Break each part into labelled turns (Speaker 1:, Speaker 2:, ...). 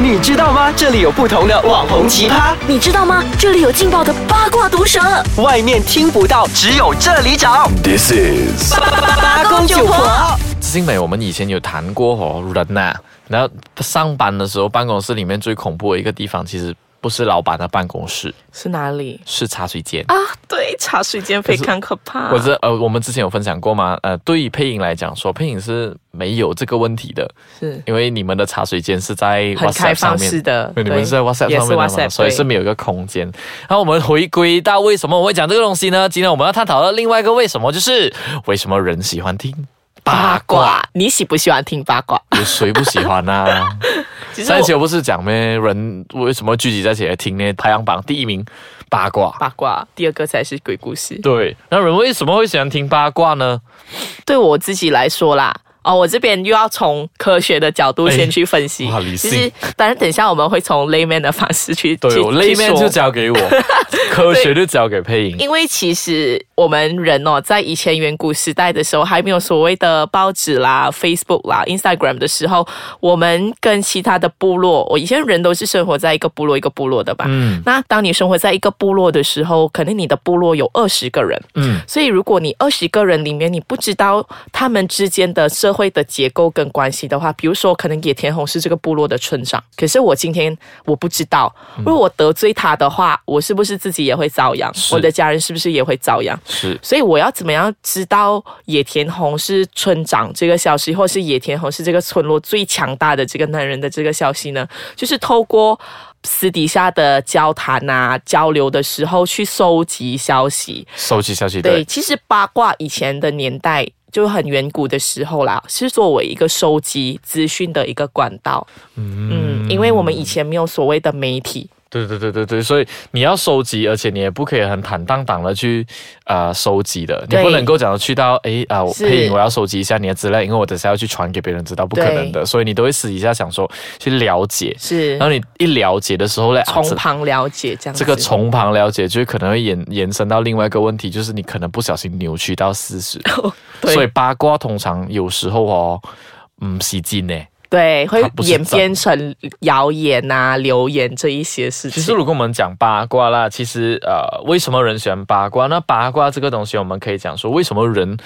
Speaker 1: 你知道吗？这里有不同的网红奇葩，
Speaker 2: 你知道吗？这里有劲爆的八卦毒舌，
Speaker 1: 外面听不到，只有这里找。
Speaker 3: This is
Speaker 1: 八公九婆，
Speaker 4: 因为我们以前有谈过哦，人呐、然后上班的时候，办公室里面最恐怖的一个地方，其实不是老板的办公室，
Speaker 5: 是哪里
Speaker 4: 是茶水间。
Speaker 5: 啊？对，茶水间非常可怕。
Speaker 4: 我这呃，我们之前有分享过吗？呃，对于配音来讲说，配音是没有这个问题的，
Speaker 5: 是
Speaker 4: 因为你们的茶水间是在
Speaker 5: 很
Speaker 4: WhatsApp
Speaker 5: 开
Speaker 4: 上
Speaker 5: 放
Speaker 4: 面
Speaker 5: 式的，
Speaker 4: 对，你们是在 WhatsApp
Speaker 5: 也
Speaker 4: 上面
Speaker 5: 是
Speaker 4: 的嘛
Speaker 5: WhatsApp，
Speaker 4: 所以
Speaker 5: 对
Speaker 4: 是没有一个空间。然后我们回归到为什么我会讲这个东西呢？今天我们要探讨的另外一个为什么，就是为什么人喜欢听八卦，。
Speaker 5: 你喜不喜欢听八卦？
Speaker 4: 有谁不喜欢呢、啊？
Speaker 5: 其实
Speaker 4: 上一期
Speaker 5: 我
Speaker 4: 我不是讲咩人为什么聚集在一起来听呢？排行榜第一名八卦。
Speaker 5: 八卦，第二个才是鬼故事。
Speaker 4: 对，那人为什么会喜欢听八卦呢？
Speaker 5: 对我自己来说啦，哦，我这边又要从科学的角度先去分析。
Speaker 4: 哎哇理
Speaker 5: 其
Speaker 4: 性
Speaker 5: 实，当然，等一下我们会从 layman 的方式去
Speaker 4: 对
Speaker 5: 去
Speaker 4: 我累
Speaker 5: 去
Speaker 4: 面
Speaker 5: 说
Speaker 4: 就交 给我，科学就交给配音。
Speaker 5: 因为其实我们人哦，在以前远古时代的时候，还没有所谓的报纸啦、Facebook 啦、Instagram 的时候，我们跟其他的部落，我以前人都是生活在一个部落一个部落的吧。
Speaker 4: 嗯
Speaker 5: 那当你生活在一个部落的时候，可能你的部落有二十个人，
Speaker 4: 嗯，
Speaker 5: 所以如果你二十个人里面你不知道他们之间的社会的结构跟关系的话，比如说可能野田红是这个部落的村长，可是我今天我不知道，如果我得罪他的话，我是不是自己也会遭殃？
Speaker 4: 是
Speaker 5: 我的家人是不是也会遭殃？
Speaker 4: 是
Speaker 5: 所以我要怎么样知道野田红是村长这个消息，或是野田红是这个村落最强大的这个男人的这个消息呢？就是透过私底下的交谈啊、交流的时候去收集消息。
Speaker 4: 收集消息
Speaker 5: 对，
Speaker 4: 对，
Speaker 5: 其实八卦以前的年代。就很远古的时候啦，是作为一个收集资讯的一个管道。嗯，因为我们以前没有所谓的媒体，
Speaker 4: 对对对对对，所以你要收集，而且你也不可以很坦荡荡的去呃收集的，你
Speaker 5: 对
Speaker 4: 不能够讲去到诶啊，我
Speaker 5: 是
Speaker 4: 配音我要收集一下你的资料，因为我等下要去传给别人知道，不可能的，所以你都会私底下想说去了解，
Speaker 5: 是
Speaker 4: 然后你一了解的时候呢，啊
Speaker 5: 从
Speaker 4: 这
Speaker 5: 旁了解这
Speaker 4: 呃
Speaker 5: 样子。
Speaker 4: 这个从旁了解，就可能会延延伸到另外一个问题，就是你可能不小心扭曲到事 实，
Speaker 5: 哦对
Speaker 4: 所以八卦通常有时候哦，嗯，吸睛呢。
Speaker 5: 对，会
Speaker 4: 它不是
Speaker 5: 演
Speaker 4: 真
Speaker 5: 变成谣言啊、流言这一些事
Speaker 4: 其实
Speaker 5: 情。
Speaker 4: 如果我们讲八卦啦，其实呃，为什么人喜欢八卦？那八卦这个东西，我们可以讲说，为什么人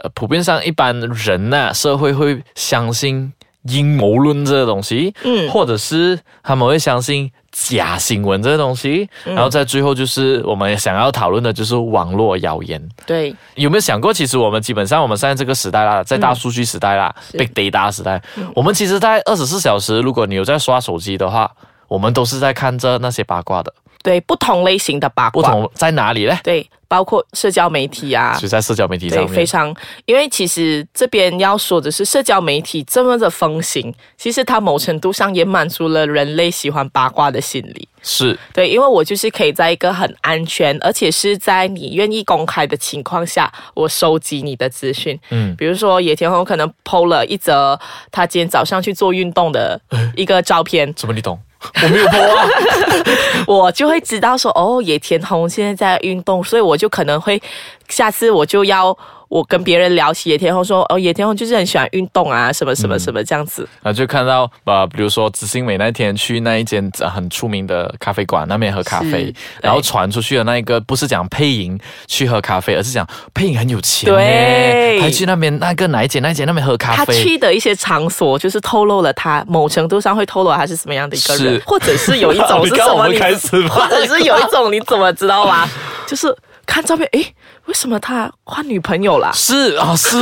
Speaker 4: 呃，普遍上一般人呐、社会会相信阴谋论这个东西，
Speaker 5: 嗯
Speaker 4: 或者是他们会相信。假新闻这个东西，
Speaker 5: 嗯
Speaker 4: 然后在最后就是我们想要讨论的就是网络谣言。
Speaker 5: 对，
Speaker 4: 有没有想过，其实我们基本上我们现在这个时代啦，在大数据时代啦、b
Speaker 5: 嗯
Speaker 4: i g data 时代，我们其实在二十四小时，如果你有在刷手机的话，我们都是在看着那些八卦的，
Speaker 5: 对，不同类型的八卦，
Speaker 4: 不同在哪里嘞？
Speaker 5: 对，包括社交媒体啊，
Speaker 4: 就在社交媒体上
Speaker 5: 对，
Speaker 4: 面，
Speaker 5: 非常，因为其实这边要说的是，社交媒体这么的风行，其实它某程度上也满足了人类喜欢八卦的心理。
Speaker 4: 是
Speaker 5: 对，因为我就是可以在一个很安全，而且是在你愿意公开的情况下，我收集你的资讯。
Speaker 4: 嗯
Speaker 5: 比如说野田红可能 PO 了一则他今天早上去做运 动的一个照片，
Speaker 4: 怎么你懂？我没有播啊，
Speaker 5: 我就会知道说，哦，野田红现在在运动，所以我就可能会，下次我就要我跟别人聊起野田红说，哦，野田红就是很喜欢运动啊，什么什
Speaker 4: 嗯
Speaker 5: 么什么这样子。
Speaker 4: 然后就看到呃，比如说知心美那天去那一间呃很出名的咖啡馆那边喝咖啡
Speaker 5: 是，
Speaker 4: 然后传出去的那一个不是讲配音去喝咖啡，而是讲配音很有钱
Speaker 5: 对
Speaker 4: 耶，还去那边那个哪一间哪一间那边喝咖
Speaker 5: 他
Speaker 4: 啡，
Speaker 5: 去的一些场所，就是透露了他某程度上会透露他是什么样的一个人
Speaker 4: 是，
Speaker 5: 或者是有一 种是
Speaker 4: 你看
Speaker 5: 什
Speaker 4: 我
Speaker 5: 么
Speaker 4: 们
Speaker 5: 你
Speaker 4: 开始吧
Speaker 5: 或者是有一种你怎么知道吗？就是看照片，诶，为什么他换女朋友啦？
Speaker 4: 是啊、是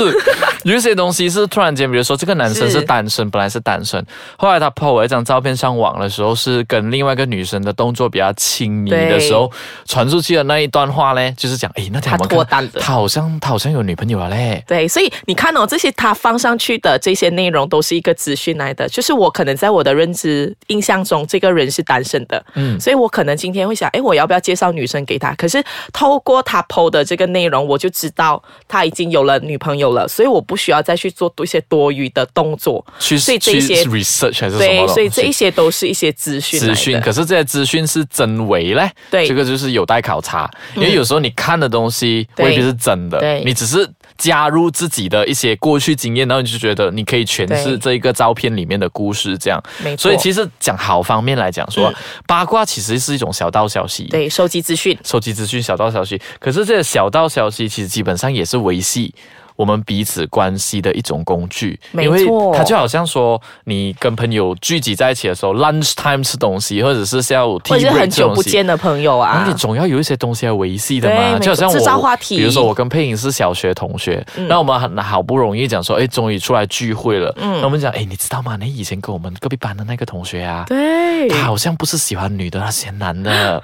Speaker 4: 有一些东西是突然间，比如说这个男生
Speaker 5: 是
Speaker 4: 是单身，本来是单身，后来他 po 我一张照片上网的时候，是跟另外一个女生的动作比较亲密的时候，传出去的那一段话呢，就是讲，诶，那天我们
Speaker 5: 他脱单了
Speaker 4: 看他好像他好像有女朋友了嘞。
Speaker 5: 对，所以你看哦，这些他放上去的这些内容都是一个资讯来的，就是我可能在我的认知印象中，这个人是单身的，嗯，所以我可能今天会想，哎，我要不要介绍女生给他？可是透过他 PO 的这个内容，我就知道他已经有了女朋友了，所以我不需要再去做多一些多余的动作。
Speaker 4: 去
Speaker 5: 所以
Speaker 4: 去
Speaker 5: 这一些
Speaker 4: research 还是什么
Speaker 5: 对，
Speaker 4: 东西
Speaker 5: 所以这一些都是一些资讯来
Speaker 4: 资
Speaker 5: 的。
Speaker 4: 讯，可是这些资讯是真伪嘞？
Speaker 5: 对
Speaker 4: 这个就是有待考察，因为有时候你看的东西
Speaker 5: 对
Speaker 4: 未必是真的
Speaker 5: 对，
Speaker 4: 你只是加入自己的一些过去经验，然后你就觉得你可以诠释
Speaker 5: 对
Speaker 4: 这一个照片里面的故事，这样
Speaker 5: 没。错嗯
Speaker 4: 所以其实讲好方面来讲说，八卦其实是一种小道消息。。
Speaker 5: 对，收集资讯，
Speaker 4: 收集资讯、小道消息。可是这些小道消息其实基本上也是维系我们彼此关系的一种工具，
Speaker 5: 没
Speaker 4: 因为
Speaker 5: 错
Speaker 4: 它就好像说你跟朋友聚集在一起的时候，lunch time 吃东西，或者是下午 tea
Speaker 5: 或者是
Speaker 4: break
Speaker 5: 很
Speaker 4: 这
Speaker 5: 久
Speaker 4: 种
Speaker 5: 不
Speaker 4: 东西
Speaker 5: 见。的朋友
Speaker 4: 然
Speaker 5: 啊
Speaker 4: 后你，总要有一些东西来维系的
Speaker 5: 对
Speaker 4: 嘛，
Speaker 5: 没
Speaker 4: 就好像我，
Speaker 5: 错制造话题嗯
Speaker 4: 比如说我跟佩颖是小学同学，那我们很好不容易讲说，哎，终于出来聚会了，
Speaker 5: 嗯
Speaker 4: 那我们讲，哎，你知道吗？你以前跟我们隔壁班的那个同学啊，
Speaker 5: 对，
Speaker 4: 他好像不是喜欢女的，他喜欢男的。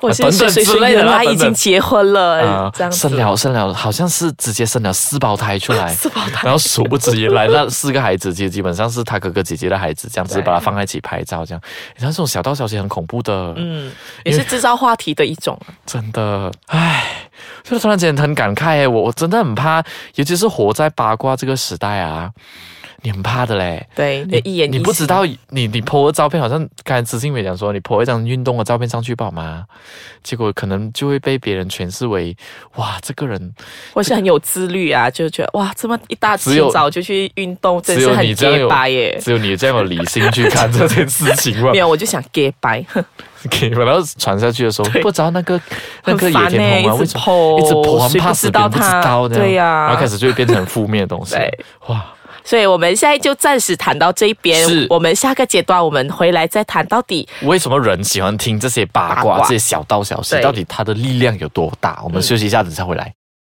Speaker 5: 或者
Speaker 4: 等
Speaker 5: 是
Speaker 4: 等
Speaker 5: 谁谁
Speaker 4: 之啊
Speaker 5: 谁
Speaker 4: 类的
Speaker 5: 原
Speaker 4: 啦
Speaker 5: 来已
Speaker 4: 等等
Speaker 5: 经结婚
Speaker 4: 啊
Speaker 5: 了，呃这样子
Speaker 4: 生了生了，好像是直接生了四胞胎出来，
Speaker 5: 四胞胎
Speaker 4: 然后数不知原来那四个孩子，其实基本上是他哥哥姐姐的孩子，这样子
Speaker 5: 对
Speaker 4: 把它放在一起拍照，这样，你看这种小道消息很恐怖的，
Speaker 5: 嗯，也是制造话题的一种。
Speaker 4: 真的，唉，就突然间很感慨耶，我我真的很怕，尤其是活在八卦这个时代啊，你很怕的嘞。
Speaker 5: 对，你一言一
Speaker 4: 你
Speaker 5: 行
Speaker 4: 不知道你你 po 的照片，好像刚才知性美讲说，你 po 一张运动的照片上去不好吗？结果可能就会被别人诠释为，哇，这个人
Speaker 5: 或是很有自律啊，就觉得哇，这么一大
Speaker 4: 只有
Speaker 5: 清早就去运动，真
Speaker 4: 只
Speaker 5: 是
Speaker 4: 有
Speaker 5: 很
Speaker 4: 你这样
Speaker 5: gay
Speaker 4: 有
Speaker 5: 白耶。
Speaker 4: 只有你这样有理性去看这件事情吧
Speaker 5: 没。有，我就想 gay 白，哼
Speaker 4: 给然后传下去的时候，不知道那个那
Speaker 5: 很
Speaker 4: 个野
Speaker 5: 烦呢，
Speaker 4: 田
Speaker 5: 一
Speaker 4: 红啊，为
Speaker 5: 直
Speaker 4: 什么
Speaker 5: 剖，
Speaker 4: 一直跑，很
Speaker 5: 谁
Speaker 4: 怕
Speaker 5: 不
Speaker 4: 死
Speaker 5: 知
Speaker 4: 别
Speaker 5: 道
Speaker 4: 人不知道
Speaker 5: 他？
Speaker 4: 这样
Speaker 5: 对呀、
Speaker 4: 然后开始就会变成很负面的东西
Speaker 5: 对。
Speaker 4: 哇，
Speaker 5: 所以我们现在就暂时谈到这一边
Speaker 4: 是，
Speaker 5: 我们下个阶段我们回来再谈到底
Speaker 4: 为什么人喜欢听这些八
Speaker 5: 八
Speaker 4: 卦、
Speaker 5: 卦
Speaker 4: 这些小道消息？
Speaker 5: 对嗯
Speaker 4: 到底它的力量有多大？我们休息一下，等再回来。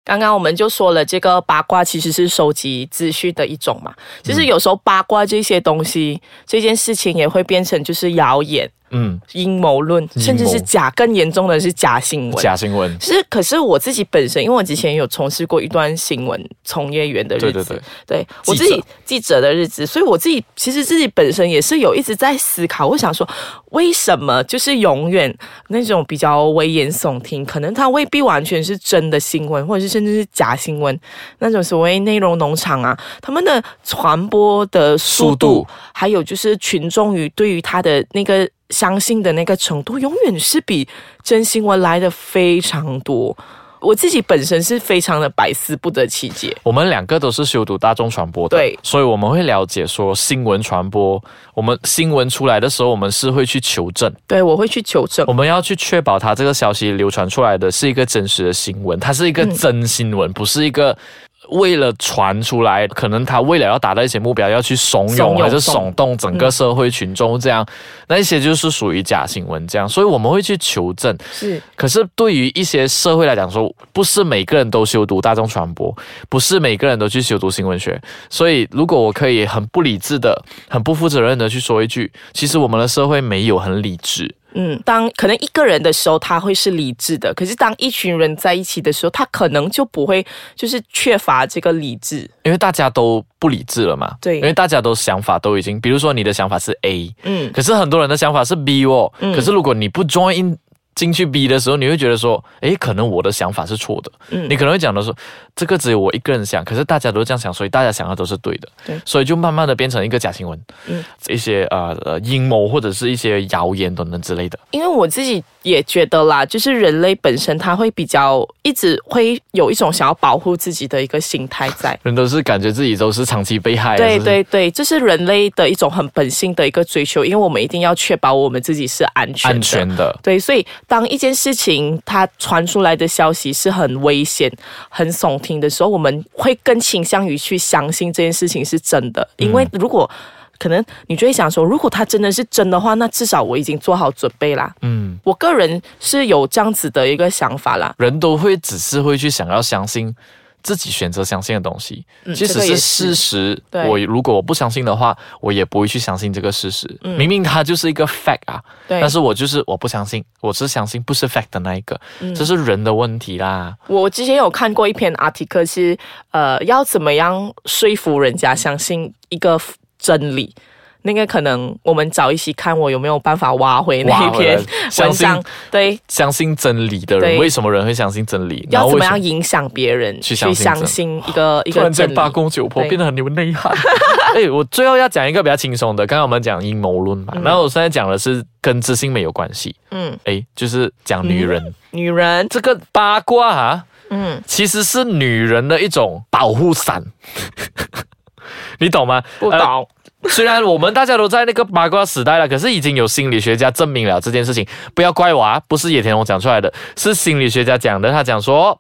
Speaker 5: 刚刚我们就说了，这个八卦其实是收集资讯的一种嘛。其
Speaker 4: 嗯
Speaker 5: 实有时候八卦这些东西，这件事情也会变成就是谣言、
Speaker 4: 嗯，
Speaker 5: 阴谋论，
Speaker 4: 谋
Speaker 5: 甚至是假，更严重的是假新闻。
Speaker 4: 假新闻。
Speaker 5: 是，可是我自己本身，因为我之前有从事过一段新闻从业员的日子，
Speaker 4: 对对对，
Speaker 5: 对我
Speaker 4: 记
Speaker 5: 自己
Speaker 4: 者
Speaker 5: 记者的日子，所以我自己其实自己本身也是有一直在思考，我想说，为什么就是永远那种比较危言耸听，可能它未必完全是真的新闻，或者是甚至是假新闻，那种所谓内容农场啊，他们的传播的速
Speaker 4: 速度
Speaker 5: 度，还有就是群众于对于他的那个相信的那个程度，永远是比真新闻来的非常多。我自己本身是非常的百思不得其解。
Speaker 4: 我们两个都是修读大众传播的，
Speaker 5: 对
Speaker 4: 所以我们会了解说新闻传播，我们新闻出来的时候，我们是会去求证，
Speaker 5: 对，我会去求证
Speaker 4: 我。们要去确保它这个消息流传出来的是一个真实的新闻，它是一
Speaker 5: 嗯
Speaker 4: 个真新闻，不是一个。为了传出来，可能他为了要达到一些目标，要去怂
Speaker 5: 怂
Speaker 4: 恿
Speaker 5: 恿
Speaker 4: 还是耸动整个社会群众，这样、那一些就是属于假新闻，这样，所以我们会去求证。
Speaker 5: 是
Speaker 4: 可是对于一些社会来讲说，不是每个人都修读大众传播，不是每个人都去修读新闻学。所以，如果我可以很不理智的、很不负责任的去说一句，其实我们的社会没有很理智。
Speaker 5: 嗯，当可能一个人的时候，他会是理智的；可是当一群人在一起的时候，他可能就不会，就是缺乏这个理智。
Speaker 4: 因为大家都不理智了嘛，
Speaker 5: 对
Speaker 4: 因为大家都想法都已经，比如说你的想法是 A，
Speaker 5: 嗯，
Speaker 4: 可是很多人的想法是 B 哦，可是如果你不 join in 进去 B 的时候，你会觉得说，诶，可能我的想法是错的，
Speaker 5: 嗯
Speaker 4: 你可能会讲的说，这个只有我一个人想，可是大家都这样想，所以大家想的都是对的，
Speaker 5: 对
Speaker 4: 所以就慢慢的变成一个假新闻，
Speaker 5: 嗯
Speaker 4: 一些呃呃阴谋或者是一些谣言等等之类的，
Speaker 5: 因为我自己也觉得啦，就是人类本身他会比较一直会有一种想要保护自己的一个心态在。
Speaker 4: 人都是感觉自己都是长期被害，
Speaker 5: 对
Speaker 4: 是不是，
Speaker 5: 对对，哎这是人类的一种很本性的一个追求，因为我们一定要确保我们自己是安全的。
Speaker 4: 安全的，
Speaker 5: 对，所以当一件事情它传出来的消息是很危险、很耸听的时候，我们会更倾向于去相信这件事情是真的，因为
Speaker 4: 嗯
Speaker 5: 如果。可能你就会想说，如果它真的是真的话，那至少我已经做好准备啦。
Speaker 4: 嗯。
Speaker 5: 我个人是有这样子的一个想法啦。
Speaker 4: 人都会只是会去想要相信自己选择相信的东西，即使
Speaker 5: 嗯这个也
Speaker 4: 是
Speaker 5: 是
Speaker 4: 事实，
Speaker 5: 对
Speaker 4: 我如果我不相信的话，我也不会去相信这个事实。明明它就是一个 fact 啊，
Speaker 5: 嗯对，
Speaker 4: 但是我就是我不相信，我是相信不是 fact 的那一个，
Speaker 5: 嗯
Speaker 4: 这是人的问题啦。
Speaker 5: 我之前有看过一篇 article 是呃，要怎么样说服人家相信一个真理。那个可能我们早一些看我有没有办法挖回那
Speaker 4: 挖
Speaker 5: 一
Speaker 4: 回来
Speaker 5: 篇
Speaker 4: 相
Speaker 5: 文
Speaker 4: 信
Speaker 5: 章，对，
Speaker 4: 相信真理的人，
Speaker 5: 对
Speaker 4: 为什么人会相信真理？然
Speaker 5: 要
Speaker 4: 后
Speaker 5: 怎
Speaker 4: 为
Speaker 5: 么
Speaker 4: 什
Speaker 5: 样？影响别人
Speaker 4: 去
Speaker 5: 去
Speaker 4: 相
Speaker 5: 相
Speaker 4: 信真
Speaker 5: 信一个一
Speaker 4: 突
Speaker 5: 个
Speaker 4: 然
Speaker 5: 真
Speaker 4: 间
Speaker 5: 理？
Speaker 4: 八公九婆
Speaker 5: 对
Speaker 4: 变得很有内 涵。哎，我最后要讲一个比较轻松的，刚刚我们讲阴谋论嘛，然后我现在讲的是跟知性美有关系。
Speaker 5: 嗯，
Speaker 4: 哎，就是讲女人。
Speaker 5: 女人
Speaker 4: 这个八卦啊，嗯，其实是女人的一种保护伞， 你懂吗？
Speaker 5: 不
Speaker 4: 呃
Speaker 5: 懂。
Speaker 4: 虽然我们大家都在那个八卦时代了，可是已经有心理学家证明了这件事情。不要怪我啊，不是野田龙讲出来的，是心理学家讲的。他讲说，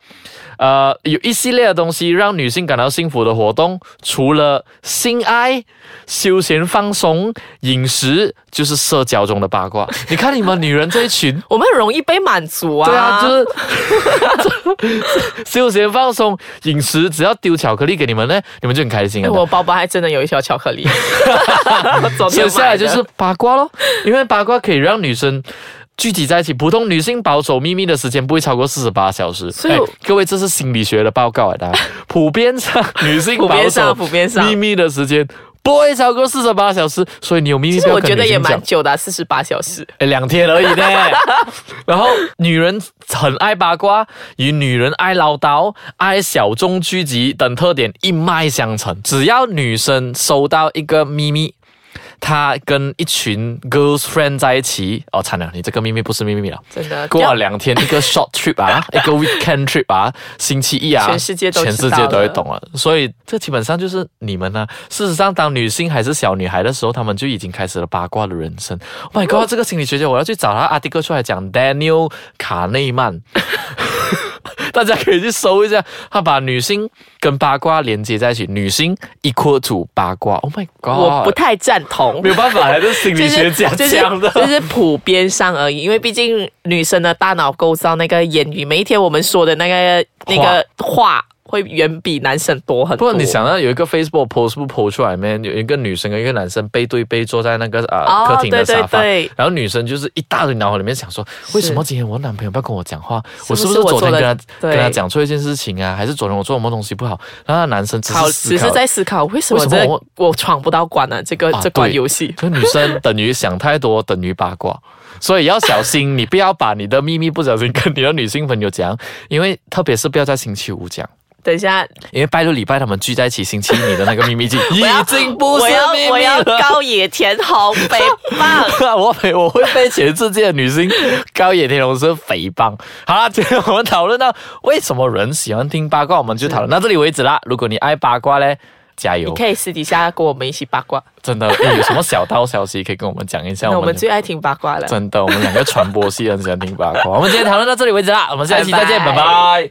Speaker 4: 呃，有一系列的东西让女性感到幸福的活动，除了性爱、休闲放松、饮食，就是社交中的八卦。你看你们女人这一群，
Speaker 5: 我们很容易被满足啊。
Speaker 4: 对啊，就是 休闲放松、饮食，只要丢巧克力给你们呢，你们就很开心啊
Speaker 5: 哎
Speaker 4: 了。
Speaker 5: 我包包还真的有一条巧克力， 昨天
Speaker 4: 剩下
Speaker 5: 买
Speaker 4: 来
Speaker 5: 的
Speaker 4: 就是八卦咯，因为八卦可以让女生。聚集在一起，普通女性保守秘密的时间不会超过四十八小时。哎
Speaker 5: 所以我
Speaker 4: 各位，这是心理学的报告啊， 大家普遍上女性
Speaker 5: 普
Speaker 4: 保
Speaker 5: 遍
Speaker 4: 守
Speaker 5: 上普遍上
Speaker 4: 秘密的时间不会超过四十八小时，所以 你有秘密
Speaker 5: 其
Speaker 4: 不
Speaker 5: 实
Speaker 4: 要
Speaker 5: 我
Speaker 4: 跟
Speaker 5: 觉得
Speaker 4: 女
Speaker 5: 也
Speaker 4: 性讲
Speaker 5: 蛮。久的、啊，四十八小时。
Speaker 4: 诶呃两天而已呢。 然后女人很爱八卦，与女人爱唠叨、爱小众聚集等特点一脉相承。只要女生收到一个秘密。她跟一群 girlfriend 在一起，哦，惨了，你这个秘密不是秘密了。
Speaker 5: 真的
Speaker 4: 过了两天，一个 short trip 啊，一个 weekend trip 啊，星期一啊，
Speaker 5: 全世界都
Speaker 4: 全
Speaker 5: 知
Speaker 4: 世
Speaker 5: 道了
Speaker 4: 界都会懂了。所以这基本上就是你们呢、事实上，当女性还是小女孩的时候，她们就已经开始了八卦的人生。Oh my
Speaker 5: 哦
Speaker 4: god！、这个心理学家，我要去找他阿迪哥出来讲 Daniel 卡内曼。 大家可以去搜一下，他把女性跟八卦连接在一起，女性 equal to 八卦。Oh my god！
Speaker 5: 我不太赞同
Speaker 4: 没。有办法，还是心
Speaker 5: 就
Speaker 4: 理
Speaker 5: 是
Speaker 4: 学家
Speaker 5: 就是
Speaker 4: 讲的。
Speaker 5: 就是普遍上而已，因为毕竟女生的大脑构造那个言语，每一天我们说的那个那个话会远比男生多很
Speaker 4: 不
Speaker 5: 多。
Speaker 4: 过你想啊到有一个 Facebook post 不 post 出来面，有一个女生跟一个男生背对背坐在那个啊、
Speaker 5: 哦
Speaker 4: 客厅的沙发，
Speaker 5: 对对对
Speaker 4: 然后女生就是一大堆脑海里面想说，为什么今天我男朋友不要跟我讲话？我是不是
Speaker 5: 我
Speaker 4: 昨天
Speaker 5: 做了
Speaker 4: 跟他
Speaker 5: 对
Speaker 4: 跟他讲错一件事情啊？还是昨天我做了什么东西不好？然后那男生只
Speaker 5: 考
Speaker 4: 是思
Speaker 5: 只是
Speaker 4: 考。
Speaker 5: 在思考为什么
Speaker 4: 为什么
Speaker 5: 这
Speaker 4: 我
Speaker 5: 我闯不到关呢、这个、
Speaker 4: 啊
Speaker 5: 这关
Speaker 4: 对
Speaker 5: 游戏
Speaker 4: 所以女生等于想太多，等于八卦，所以要小心，你不要把你的秘密不小心跟你的女性朋友讲，因为特别是不要在星期五讲，
Speaker 5: 等一下，
Speaker 4: 因为拜六礼拜他们聚在一起，星期一你的那个秘密就已经不是
Speaker 5: 我要
Speaker 4: 秘
Speaker 5: 我
Speaker 4: 密啊
Speaker 5: 要
Speaker 4: 了。
Speaker 5: 高野田红肥 棒。
Speaker 4: 我被我会被全世界的女星高野天龙是诽谤。好啦，今天我们讨论到为什么人喜欢听八卦，我们就讨论到这里为止啦。如果你爱八卦嘞，加油
Speaker 5: 你！可以私底下跟我们一起八卦，
Speaker 4: 真的有什么小道消息可以跟我们讲一下？
Speaker 5: 那我们最爱听八卦了。
Speaker 4: 真的，我们两个传播系很喜欢听八卦。我们今天讨论到这里为止啦，我们下期再见，
Speaker 5: 拜拜
Speaker 4: 拜拜